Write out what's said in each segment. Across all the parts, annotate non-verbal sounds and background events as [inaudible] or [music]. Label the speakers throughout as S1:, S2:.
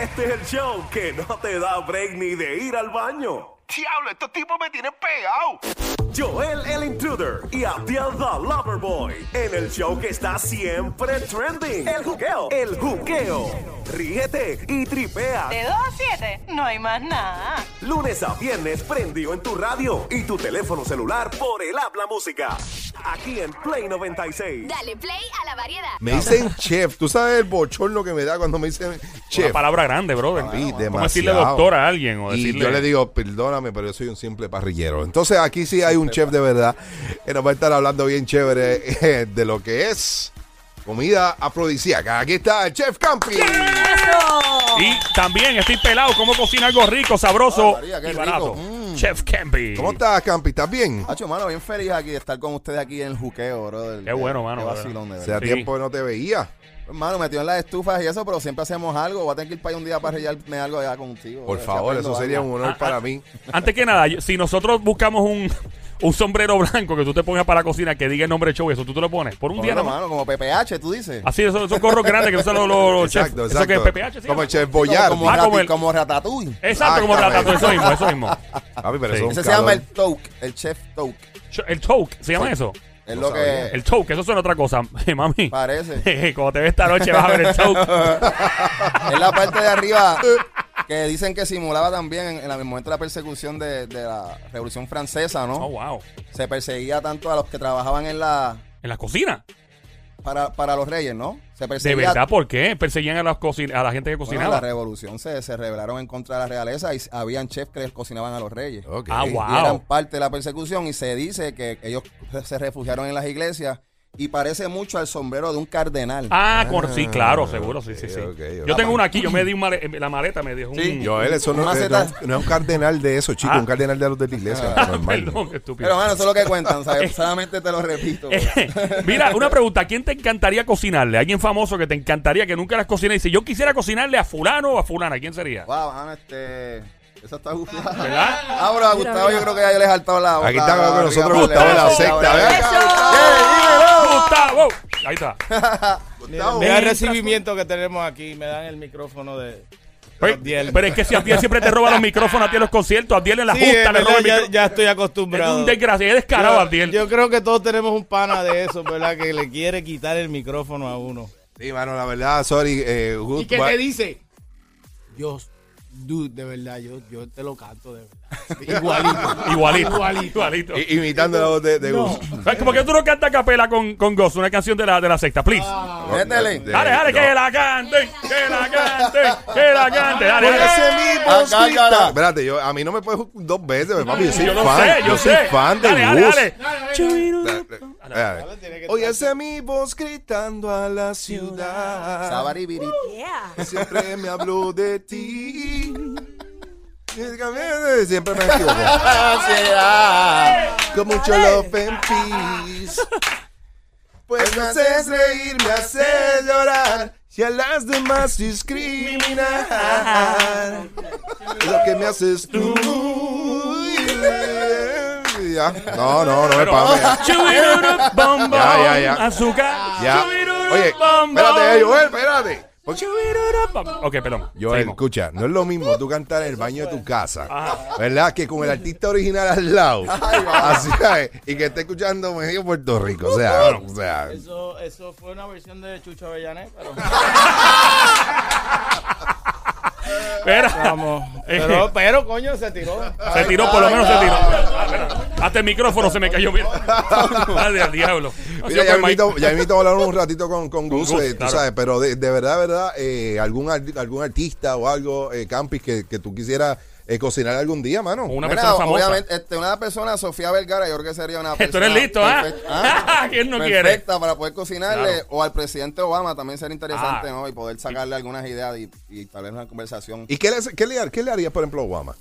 S1: Este es el show que no te da break ni de ir al baño.
S2: Diablo, estos tipos me tienen pegado.
S1: Joel el Intruder y Abdiel the Loverboy en el show que está siempre trending. El juqueo, el juqueo. Ríete y tripea.
S3: De 2 a 7, no hay más nada.
S1: Lunes a viernes prendido en tu radio y tu teléfono celular por el habla música. Aquí en Play 96.
S4: Dale play a la variedad.
S5: Me dicen chef. Tú sabes el bochorno que me da cuando me dicen
S6: Una
S5: chef.
S6: palabra grande, brother.
S5: Sí,
S6: Como
S5: demasiado.
S6: decirle doctor a alguien o
S5: Y
S6: decirle.
S5: yo le digo, perdóname, pero yo soy un simple parrillero. Entonces aquí sí hay un chef de verdad que nos va a estar hablando bien chévere eh, de lo que es comida afrodisíaca. Aquí está el chef Campi.
S6: Y también estoy pelado. ¿Cómo cocina algo rico, sabroso
S7: Ah, María, qué
S6: y barato?
S7: rico.
S6: Chef Campy.
S5: Mm. ¿Cómo estás, Campi? ¿Estás bien?
S6: Ah,
S7: Hacho, mano, bien feliz aquí de estar con ustedes aquí en el juqueo, brother.
S6: Qué bueno, mano,
S7: Qué
S6: de
S7: vacilón, de
S5: Hace
S7: verdad. Pues,
S6: Sí.
S5: tiempo que no te veía.
S7: Mano, metido en las estufas y eso, pero siempre hacemos algo. Voy a tener que ir para allá un día para rellarme algo allá contigo. eh,
S5: Por
S7: brother.
S5: favor,
S7: Estoy
S5: eso sería un
S7: aprendiendo
S5: honor
S6: Ah,
S5: para mí.
S6: Antes que nada, yo- si nosotros buscamos un, un sombrero blanco que tú te pongas para la cocina que diga el nombre del show, eso tú te lo pones por un
S7: algo.
S6: día Ah,
S7: Bueno,
S6: nada más.
S7: mano, como PPH, tú dices.
S6: Así, esos, esos gorros grandes que usan los, los, los chefs.
S5: Exacto,
S6: Eso que es
S5: exacto.
S6: PPH, ¿sí?
S5: Como el chef
S7: Como-
S5: Boyardi.
S7: Como,
S6: Ah,
S7: rati-
S6: como el-
S7: como Ratatouille. Ah,
S6: Exacto, como
S5: Exactamente.
S6: ratatouille, eso mismo, eso mismo.
S5: Papi, pero
S6: Sí.
S5: eso es un
S7: Ese se llama
S5: calor.
S7: el Toke, el chef Toke.
S6: Cho- El choke, ¿se llama eso?
S7: Es
S5: No
S7: lo
S5: sabía.
S7: que
S6: El choke, eso suena a otra cosa, [laughs] Eh, mami.
S7: parece.
S6: eh, [laughs] Cuando te ves esta noche vas a ver el
S5: [laughs]
S6: choke.
S7: [laughs] es la parte de arriba que dicen que simulaba también en, en el momento de la persecución de, de la Revolución Francesa, ¿no?
S6: Oh, wow.
S7: Se perseguía tanto a los que trabajaban en la...
S6: En la cocina.
S7: para, para los reyes, ¿no? Se
S6: ¿De
S7: perseguía.
S6: verdad por qué? Perseguían a, las cocin- a la gente que
S7: Bueno, en la
S6: cocinaba.
S7: revolución se, se rebelaron en contra de la realeza y habían chefs que les cocinaban a los reyes.
S5: Ok.
S6: Ah, wow.
S7: Y eran parte de la persecución y se dice que ellos se refugiaron en las iglesias y parece mucho al sombrero de un cardenal.
S6: Ah, con, sí, claro,
S5: Ah,
S6: seguro, sí, sí,
S5: ok,
S6: sí.
S5: ok, ok.
S6: Yo tengo una aquí, yo me di un male- la maleta, me dejó un...
S7: Sí,
S5: [laughs]
S6: [laughs]
S5: Joel, eso no,
S7: Una
S5: eh,
S7: seta.
S5: no- no es un cardenal de eso, chico.
S6: Ah.
S5: Un cardenal de los de la iglesia. normal.
S6: Perdón, qué estúpido.
S7: Pero bueno, eso es lo que cuentan, ¿sabes? Solamente te lo repito.
S6: [laughs] Eh, Mira, una pregunta, ¿a quién te encantaría cocinarle? ¿Alguien famoso que te encantaría que nunca las cocine? Y si yo quisiera cocinarle a fulano o a fulana, ¿quién sería?
S7: Wow, mano, este. Eso está gustado.
S6: ¿Verdad?
S7: Ah, pero a Gustavo yo creo que ya yo le he saltado la.
S5: Aquí
S7: la-
S5: está
S7: la-
S5: con nosotros
S7: la-
S5: Gustavo de la
S7: Gustavo,
S5: secta. Ven acá,
S6: Gustavo. Ahí está.
S5: Gustavo.
S8: Mira el recibimiento que tenemos aquí. Me dan el micrófono de.
S6: Pero,
S8: Abdiel.
S6: pero es que si Abdiel siempre te roba los micrófonos a ti en los conciertos, Abdiel en la
S8: Sí,
S6: justa,
S8: es
S6: le roba
S8: verdad,
S6: el
S8: ya,
S6: micrófono.
S8: ya estoy
S6: Es
S8: acostumbrado.
S6: un desgraciado, es descarado,
S8: Yo-
S6: Abdiel.
S8: Yo creo que todos tenemos un pana de eso, ¿verdad? Que le quiere quitar el micrófono a uno.
S5: Sí, mano, la verdad, sorry. Eh, Gus-
S8: ¿Y qué
S5: va-
S8: te dice? Dios, dude, de verdad, yo, yo te lo canto, de verdad. Igualito.
S6: [laughs] Igualito. Igualito.
S8: Igualito.
S5: i- imitando la voz de, de Gus.
S6: Es como que tú no cantas a capela con, con Ghost, una canción de la, de la sexta, please.
S5: Ah.
S7: Métele.
S5: De-
S6: Dale, dale,
S5: no.
S6: que la canten, que la canten, que la canten, dale,
S5: Por ese
S6: dale.
S5: mismo
S7: Acá,
S5: artista.
S7: cara.
S5: Espérate, yo, a mí no me puedes ju- dos veces, pero, papi. Yo soy
S6: Yo lo
S5: fan.
S6: sé, yo,
S5: soy
S6: sé.
S5: fan de Eh,
S6: dale, dale,
S5: Gus.
S6: dale.
S5: Dale, dale. Oye, ese es mi voz gritando a la ciudad.
S7: Sabaribiri.
S5: Siempre me habló de ti. Siempre me equivoco. Con mucho love and peace. Pues me haces reír, me haces llorar. Y a las demás discriminar. Lo que me haces tú. Ya. No, no, no me pames.
S6: ah,
S5: Ya.
S6: Chubiruru, bom,
S5: Ya, ya, ya.
S6: bom, Azúcar.
S5: Ya.
S6: Chubiruru,
S5: Oye,
S6: bom,
S5: espérate, eh,
S6: bom.
S5: Joel, espérate. Porque-
S6: Chubiruru, bom. Ok, perdón.
S5: Joel,
S6: seguimos.
S5: escucha, no es lo mismo tú cantar en el baño de tu casa, ¿verdad? Que con el artista original al lado. Así es, y que esté escuchando medio Puerto Rico. O sea, o sea.
S8: Eso, eso fue una versión de Chucho Avellané, pero.
S6: Espera. Eh,
S8: Vamos. Pero, pero, coño, se tiró.
S6: Se tiró, por lo menos se tiró. Ah, espera. Hasta el micrófono se me cayó.
S5: [laughs]
S6: Mira. Madre al diablo. Así
S5: Mira,
S6: fue
S5: ya
S6: el mic.
S5: invito, ya invito a hablar un ratito con, con Gus,
S6: Gus,
S5: eh, tú
S6: claro.
S5: sabes, pero de, de verdad, verdad, eh, algún, arti- algún artista o algo, eh, Campis, que, que tú quisieras eh, cocinar algún día, mano.
S6: Una
S7: Mira,
S6: persona famosa.
S7: Obviamente, este, una persona, Sofía Vergara, yo creo que sería
S6: [laughs]
S7: una
S6: Tú
S7: persona.
S6: eres listo, ¿ah? [laughs]
S7: perfect-
S6: ¿Quién no quiere?
S7: perfecta para poder cocinarle.
S6: Claro.
S7: O al presidente Obama también sería interesante,
S6: Ah.
S7: ¿no? Y poder sacarle algunas ideas y, y establecer una conversación.
S5: ¿Y qué le, hace- qué le, har- qué le harías, por ejemplo, a Obama?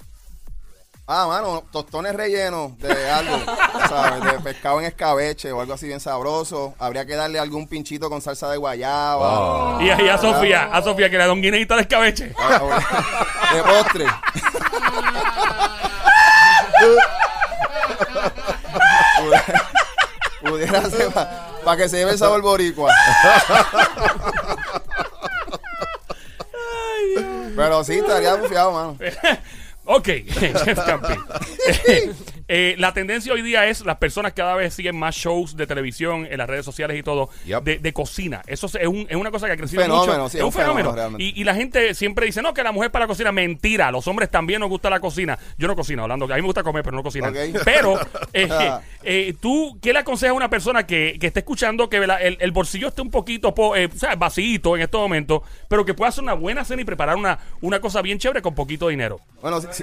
S7: Ah, mano, tostones rellenos de algo, [laughs] ¿sabes? De pescado en escabeche o algo así bien sabroso. Habría que darle algún pinchito con salsa de guayaba.
S6: Y ahí a Sofía, a Sofía que le da un guineíto al escabeche. [laughs]
S7: Ah, bueno. De postre. Pudi- Pudiera ser para que se lleve el sabor boricua. Pero sí, estaría bufiado, mano.
S6: Ok, [laughs] Chef Campi. Eh, [laughs] eh, la tendencia hoy día es las personas cada vez siguen más shows de televisión en las redes sociales y todo
S5: Yep.
S6: de, de cocina. Eso es, es un- es una cosa que ha crecido
S7: Fenómeno,
S6: mucho.
S7: sí,
S6: es un fenómeno.
S7: realmente.
S6: y, y la gente siempre dice, no, que la mujer para la cocina. Mentira, los hombres también nos gusta la cocina. Yo no cocino, hablando. A mí me gusta comer, pero no cocinar.
S7: Ok.
S6: Pero, eh,
S7: [laughs] Ah.
S6: eh, ¿tú qué le aconsejas a una persona que, que esté escuchando que la- el, el bolsillo esté un poquito po- eh, o sea, vacío en estos momentos, pero que pueda hacer una buena cena y preparar una, una cosa bien chévere con poquito dinero?
S7: Bueno, si, si-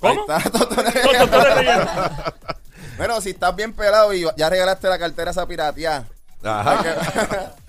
S6: ¿Cómo?
S7: Ahí
S6: [laughs]
S7: está, tostones
S6: Con
S7: rellenos.
S6: tostones rellenos.
S7: Bueno, si estás bien pelado y ya regalaste la cartera esa pirateada.
S5: Ajá.
S7: [laughs]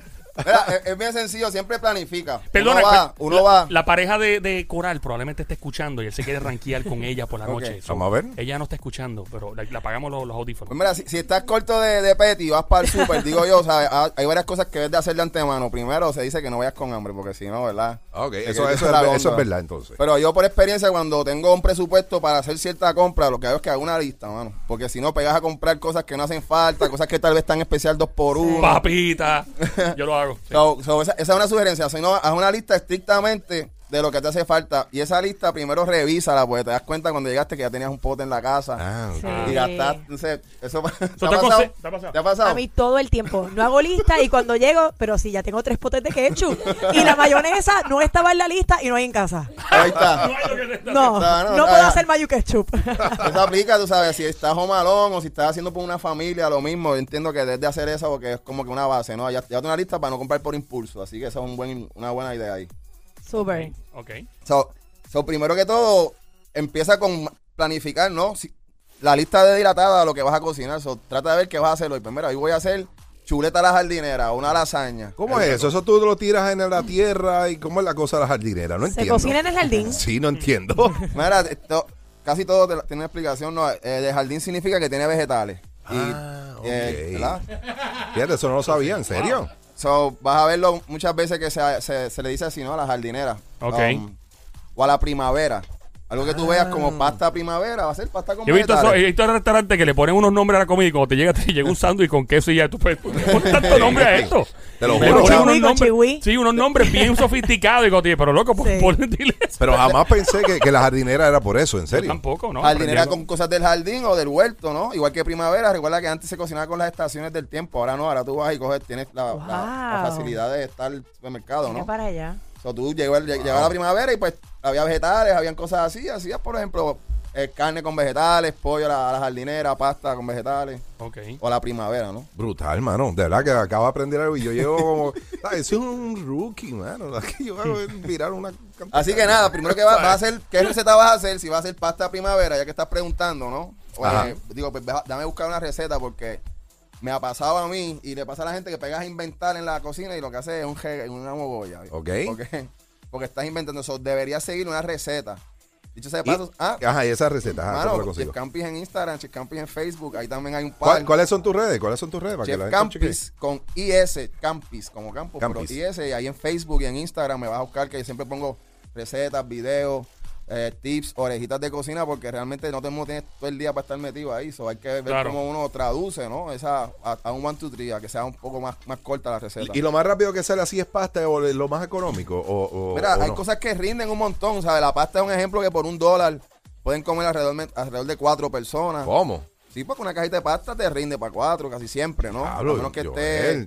S7: Mira, es, es bien sencillo, siempre planifica.
S6: Perdona,
S7: uno va,
S6: pero
S7: uno
S6: la,
S7: va.
S6: la pareja de, de Coral probablemente esté escuchando y él se quiere ranquear con ella por la
S7: Ok.
S6: noche. So,
S5: Vamos a ver.
S6: Ella no está escuchando, pero la, la pagamos los, los audífonos.
S7: Pues mira, si, si estás corto de, de peti y vas para el súper, digo yo, ¿sabes? Ah, hay varias cosas que debes de hacer de antemano. Primero, se dice que no vayas con hambre, porque si no, ¿verdad?
S5: Ok,
S7: Te
S5: eso-
S7: quedas
S5: eso
S7: en
S5: es
S7: la
S5: ver- eso
S7: góndola.
S5: es verdad, entonces. pues.
S7: Pero yo, por experiencia, cuando tengo un presupuesto para hacer cierta compra, lo que hago es que hago una lista, mano. Porque si no, pegas a comprar cosas que no hacen falta, cosas que tal vez están especial dos por uno.
S6: Papita, yo lo hago. Sí.
S7: So- so esa, esa es una sugerencia. Si no, haz una lista estrictamente de lo que te hace falta. Y esa lista primero revísala, porque te das cuenta cuando llegaste que ya tenías un pote en la casa.
S5: Ah, ok.
S7: Y gastaste. entonces, eso ¿te,
S6: te
S7: ha
S6: acose-
S7: pasado?
S6: te ha pasado.
S7: ¿Te ha pasado?
S4: A mí todo el tiempo. No hago lista y cuando llego, pero sí, ya tengo tres potes de ketchup. Y la mayonesa no estaba en la lista y no hay en casa.
S7: Ahí está.
S4: No,
S7: No, no,
S4: no
S7: nada.
S4: puedo hacer mayo ketchup.
S7: Eso aplica, tú sabes, si estás home alone o si estás haciendo por una familia, lo mismo. Yo entiendo que debes de hacer eso porque es como que una base, ¿no? Ya, ya tengo una lista para no comprar por impulso. Así que esa es un buen, una buena idea ahí.
S4: Súper.
S6: Ok.
S7: So, so, primero que todo, empieza con planificar, ¿no? Si- la lista de dilatada de lo que vas a cocinar. So, trata de ver qué vas a hacer hoy. Pues mira, hoy voy a hacer chuleta a la jardinera, una lasaña.
S5: ¿Cómo es eso? Eso tú lo tiras en la tierra y cómo es la cosa de la jardinera. No
S4: Se
S5: entiendo.
S4: cocina en el jardín.
S5: [laughs] Sí, no entiendo.
S4: [laughs]
S7: Mira, esto- casi todo te- tiene una explicación, ¿no? Eh, de jardín significa que tiene vegetales. Y,
S5: Ah, ok.
S7: eh, ¿verdad?
S5: Fíjate, eso no lo sabía, ¿en serio?
S7: So, vas a verlo muchas veces que se, se- se le dice así, ¿no? A la jardinera. Um,
S6: Ok.
S7: o a la primavera. Algo que tú veas como pasta primavera, va a ser pasta con
S6: Ah. Yo he visto, eso, eh,
S7: vegetales.
S6: he visto en restaurantes que le ponen unos nombres a la comida y cuando te llega, te llega un sándwich con queso y ya tú puedes poner tanto nombre a esto.
S5: Te lo
S6: Le
S4: Con
S5: juro.
S6: ponen unos
S4: chihui, con
S6: nombres,
S4: chihui.
S6: sí, unos nombres bien sofisticados. Y cuando te dicen, pero loco, pues
S4: Sí.
S6: ponle dile eso.
S5: [laughs] Pero jamás pensé que, que la jardinera era por eso, en serio.
S6: Tampoco, ¿no?
S7: Jardinera
S6: Aprendiendo.
S7: con cosas del jardín o del huerto, ¿no? Igual que primavera, recuerda que antes se cocinaba con las estaciones del tiempo, ahora no, ahora tú vas y coges, tienes la, la- la
S4: Wow.
S7: facilidad de estar en el supermercado,
S4: Mira
S7: ¿no?
S4: para allá.
S7: So, tú llegabas llegaba la primavera y pues había vegetales, habían cosas así, hacías por ejemplo eh, carne con vegetales, pollo a la, a la jardinera, pasta con vegetales,
S6: Ok.
S7: o a la primavera, ¿no?
S5: Brutal, mano. De verdad que acabo de aprender algo y yo llevo como. [laughs] Ay, soy un rookie, mano. [laughs] La que yo hago es mirar una. cantidad.
S7: Así que nada, primero que va, vas a hacer, ¿qué receta vas a hacer? Si vas a hacer pasta primavera, ya que estás preguntando, ¿no? Oye,
S5: Ajá.
S7: digo, pues deja- dame buscar una receta porque me ha pasado a mí y le pasa a la gente que pegas a inventar en la cocina y lo que hace es un je- una mogolla.
S5: Ok.
S7: Porque, porque estás inventando eso. Deberías seguir una receta. Dicho sea de
S5: Y-
S7: paso, ah,
S5: Ajá, y esa receta. Ajá, ¿cómo la
S7: mano, Chef
S5: consigo?
S7: Campis en Instagram, Chef Campis en Facebook, ahí también hay un par.
S5: ¿Cuál- ¿Cuáles son tus redes? ¿Cuáles son tus redes? Para que la
S7: Chef
S5: gente
S7: Campis con IS, Campis, como campo,
S5: Campis.
S7: pero IS, y ahí en Facebook y en Instagram me vas a buscar que siempre pongo recetas, videos, eh, tips, orejitas de cocina, porque realmente no tenemos tiene todo el día para estar metido ahí. So hay que ver
S6: Claro.
S7: cómo uno traduce, ¿no? Esa a, a un one, two, three, a que sea un poco más, más corta la receta.
S5: chequee. ¿Y lo más rápido que sale así es pasta o lo más económico? O, o-
S7: Mira,
S5: o
S7: hay
S5: no?
S7: cosas que rinden un montón, ¿sabes? La pasta es un ejemplo que por un dólar pueden comer alrededor, alrededor de cuatro personas.
S5: ¿Cómo?
S7: Sí, porque una cajita de pasta te rinde para cuatro casi siempre, ¿no?
S5: Diablo,
S7: a menos que
S5: Joel.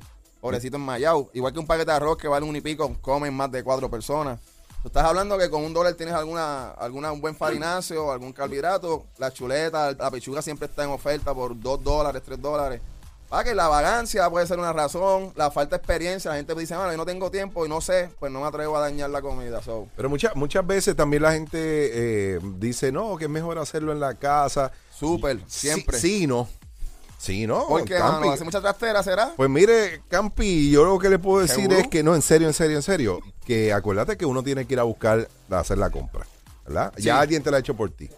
S7: esté pobrecito en Mayao. Igual que un paquete de arroz que vale un y pico, comen más de cuatro personas. Tú estás hablando que con un dólar tienes alguna, alguna un buen farináceo, algún carbohidrato, la chuleta, la pechuga siempre está en oferta por dos dólares, tres dólares. Para que la vagancia puede ser una razón, la falta de experiencia, la gente dice, bueno, yo no tengo tiempo y no sé, pues no me atrevo a dañar la comida. So,
S5: Pero muchas muchas veces también la gente eh, dice, no, que es mejor hacerlo en la casa.
S7: súper, siempre.
S5: Sí, sí, no. Sí, no.
S7: Porque, mano,
S5: Oh, Campi.
S7: hace mucha trastera, ¿será?
S5: Pues mire, Campi, yo lo que le puedo decir
S7: ¿Seguro?
S5: es que no, en serio, en serio, en serio. Que acuérdate que uno tiene que ir a buscar, a hacer la compra. ¿Verdad? Ya alguien te la ha hecho por ti.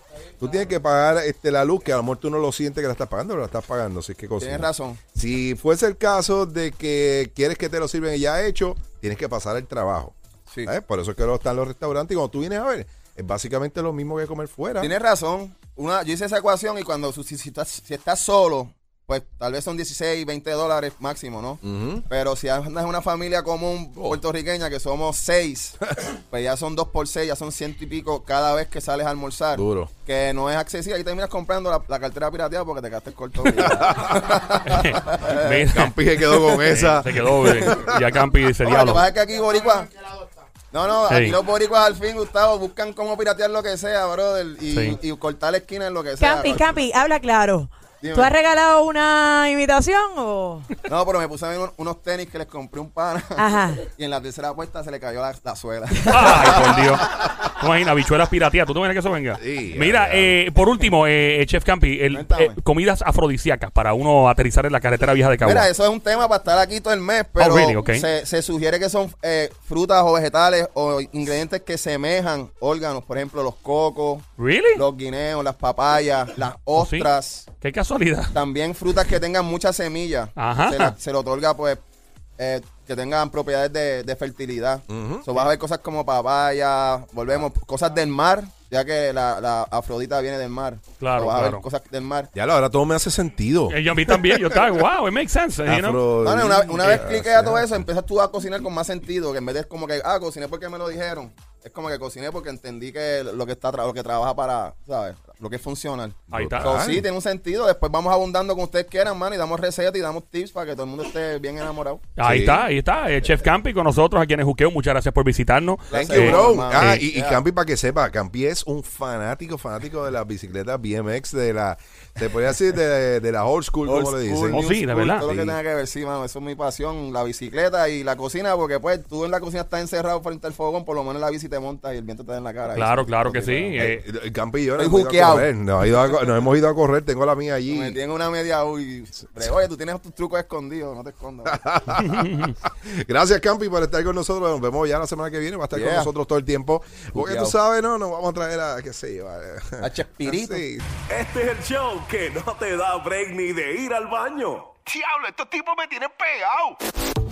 S5: Tú tienes que pagar este, la luz, que a lo mejor tú no lo sientes que la estás pagando, pero la estás pagando, así es que cocina.
S7: Tienes razón.
S5: Si fuese el caso de que quieres que te lo sirven ya hecho, tienes que pasar el trabajo.
S7: Sí.
S5: ¿Sabes? Por eso es que lo están los restaurantes y cuando tú vienes a ver, es básicamente lo mismo que comer fuera.
S7: Tienes razón. Una, yo hice esa ecuación y cuando su- si, si estás, si estás solo, pues tal vez son 16, 20 dólares máximo, ¿no? Pero si andas en una familia común
S6: Oh.
S7: puertorriqueña que
S6: [coughs]
S7: somos 6, pues ya son 2 por 6, ya son ciento y pico cada vez que sales a almorzar.
S5: Duro.
S7: Que no es accesible. Ahí terminas comprando la, la cartera pirateada porque te quedaste
S6: [laughs]
S7: corto.
S5: [laughs]
S6: Mira,
S5: Campi se quedó con esa.
S6: se quedó. eh, Ya Campi dice
S7: Ahora, Lo que
S6: diablo.
S7: pasa es que aquí boricua. No, no,
S6: Sí.
S7: aquí los boricuas al fin, Gustavo, buscan cómo piratear lo que sea, brother, y,
S6: Sí.
S7: y cortar la esquina en lo que sea.
S4: Campi,
S7: brother.
S4: Campi, habla claro.
S7: Dime.
S4: ¿Tú has regalado una invitación o...?
S7: No, pero me puse a ver un- unos tenis que les compré un pana.
S4: Ajá.
S7: [laughs] Y en la tercera apuesta se le cayó la,
S6: [laughs]
S7: la suela.
S6: Ay, por Dios. Tú imaginas, habichuelas piratías. ¿Tú te imaginas que eso venga?
S5: Sí,
S6: Mira,
S5: ya, ya.
S6: eh, por último, eh, Chef Campi, el,
S7: Cuéntame.
S6: eh, comidas afrodisíacas para uno aterrizar en la carretera vieja de Caguas.
S7: Mira, eso es un tema para estar aquí todo el mes, pero
S6: Oh, really? Ok.
S7: se, se sugiere que son eh, frutas o vegetales o ingredientes que semejan órganos, por ejemplo, los cocos,
S6: ¿Really? Oh,
S7: los guineos, las papayas, las
S6: Sí.
S7: ostras.
S6: Qué casualidad. [laughs]
S7: También frutas que tengan muchas semillas.
S6: Ajá.
S7: Se, la- se le otorga, pues, eh, que tengan propiedades de, de fertilidad. So, vas a ver cosas como papaya, volvemos, cosas del mar, ya que la, la afrodita viene del mar.
S6: Claro,
S7: So, vas a
S6: claro.
S7: ver cosas del mar.
S5: Ya, ahora todo me hace sentido.
S6: Eh, yo a mí también, yo estaba, wow, it makes sense. you know?
S5: Afro-
S7: No, no, una, una vez
S5: Ya,
S7: cliquea
S5: sea.
S7: todo eso, empiezas tú a cocinar con más sentido, que en vez de como que, ah, cociné porque me lo dijeron. Es como que cociné porque entendí que lo que está tra- lo que trabaja para, ¿sabes? Lo que es funcional.
S6: Ahí está.
S7: So, sí, tiene un sentido. Después vamos abundando como ustedes quieran, mano, y damos recetas y damos tips para que todo el mundo esté bien enamorado.
S6: Ahí
S5: Sí.
S6: está, ahí está. Eh, Chef Campi con nosotros aquí en el Juqueo. Muchas gracias por visitarnos. Eh,
S5: Thank
S7: Sí.
S5: you, bro.
S7: Mami.
S5: Ah, y, y
S7: Yeah.
S5: Campi, para que sepa, Campi es un fanático, fanático de las bicicletas BMX, de la, se podría decir, de, de la old school, como
S7: Old
S5: le
S7: school,
S5: dicen.
S6: Oh,
S7: new
S6: sí, de
S7: school,
S6: verdad.
S7: Todo lo que
S5: Sí.
S7: tenga que ver, sí, mano, eso es mi pasión, la bicicleta y la cocina, porque pues tú en la cocina estás encerrado frente al fogón, por lo menos en la bici te montas y el viento te da en la cara.
S6: Claro,
S7: Eso,
S6: claro
S7: eso
S6: que
S7: te
S6: sí.
S7: da.
S6: Eh,
S5: Eh, el Campi y yo nos
S7: Estoy
S5: hemos, ido a
S7: juqueado.
S5: correr, nos, ha ido a co- nos hemos ido a correr, tengo la mía allí.
S7: Me tienen una media uy. pero, Oye, tú tienes tus trucos escondidos, no te escondas.
S5: [laughs] Gracias, Campi, por estar con nosotros. Nos vemos ya la semana que viene. Va a estar con
S7: Yeah.
S5: nosotros todo el tiempo. Porque tú
S7: Juqueado.
S5: sabes, no, nos vamos a traer a, qué sé yo,
S7: A Chespirito.
S5: Sí.
S1: Este es el show que no te da break ni de ir al baño.
S2: Diablo, estos tipos me tienen pegado.